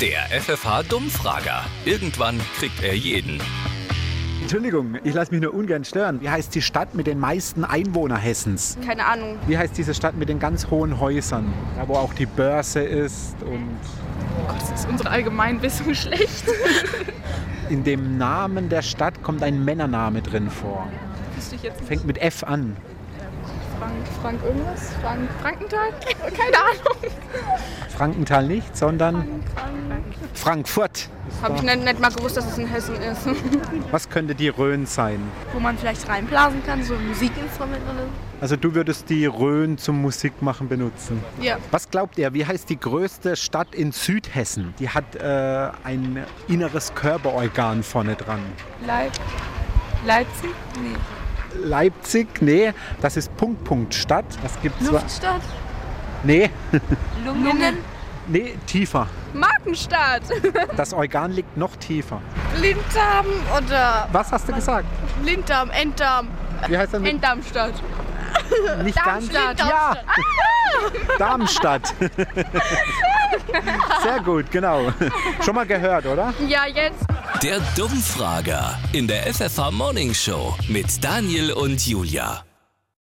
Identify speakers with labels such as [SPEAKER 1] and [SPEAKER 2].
[SPEAKER 1] Der FFH-Dummfrager. Irgendwann kriegt er jeden.
[SPEAKER 2] Entschuldigung, ich lasse mich nur ungern stören. Wie heißt die Stadt mit den meisten Einwohnern Hessens?
[SPEAKER 3] Keine Ahnung.
[SPEAKER 2] Wie heißt diese Stadt mit den ganz hohen Häusern? Da, wo auch die Börse ist und
[SPEAKER 3] Gott, ist unsere Allgemeinwissen schlecht.
[SPEAKER 2] in dem Namen der Stadt kommt ein Männername drin vor.
[SPEAKER 3] Wüsste ich jetzt nicht.
[SPEAKER 2] Fängt mit F an.
[SPEAKER 3] Frank, Frank irgendwas? Frank, Frankenthal? Keine Ahnung.
[SPEAKER 2] Frankenthal nicht, sondern
[SPEAKER 3] Frank.
[SPEAKER 2] Frankfurt.
[SPEAKER 3] Habe ich nicht, nicht mal gewusst, dass es in Hessen ist.
[SPEAKER 2] Was könnte die Rhön sein?
[SPEAKER 4] wo man vielleicht reinblasen kann, so ein Musikinstrument oder so.
[SPEAKER 2] Also du würdest die Rhön zum Musikmachen benutzen.
[SPEAKER 3] Ja.
[SPEAKER 2] Was glaubt ihr, wie heißt die größte Stadt in Südhessen? Die hat äh, ein inneres Körperorgan vorne dran.
[SPEAKER 3] Leip Leipzig? Nee.
[SPEAKER 2] Leipzig, nee, das ist Punkt-Punkt-Stadt. Das gibt's zwar-
[SPEAKER 4] Luftstadt,
[SPEAKER 2] Nee,
[SPEAKER 4] Lungen,
[SPEAKER 2] nee, tiefer.
[SPEAKER 3] Markenstadt!
[SPEAKER 2] Das Organ liegt noch tiefer.
[SPEAKER 4] Blinddarm oder
[SPEAKER 2] Was hast du gesagt?
[SPEAKER 4] Blinddarm, Enddarm.
[SPEAKER 2] Wie heißt das mit
[SPEAKER 3] Enddarmstadt.
[SPEAKER 2] nicht ganz?
[SPEAKER 3] Darmstadt.
[SPEAKER 2] Ja,
[SPEAKER 4] Ah!
[SPEAKER 2] Darmstadt. Sehr gut, genau. Schon mal gehört, oder?
[SPEAKER 3] Ja, jetzt.
[SPEAKER 1] Der Dummfrager in der FFH Morning Show mit Daniel und Julia.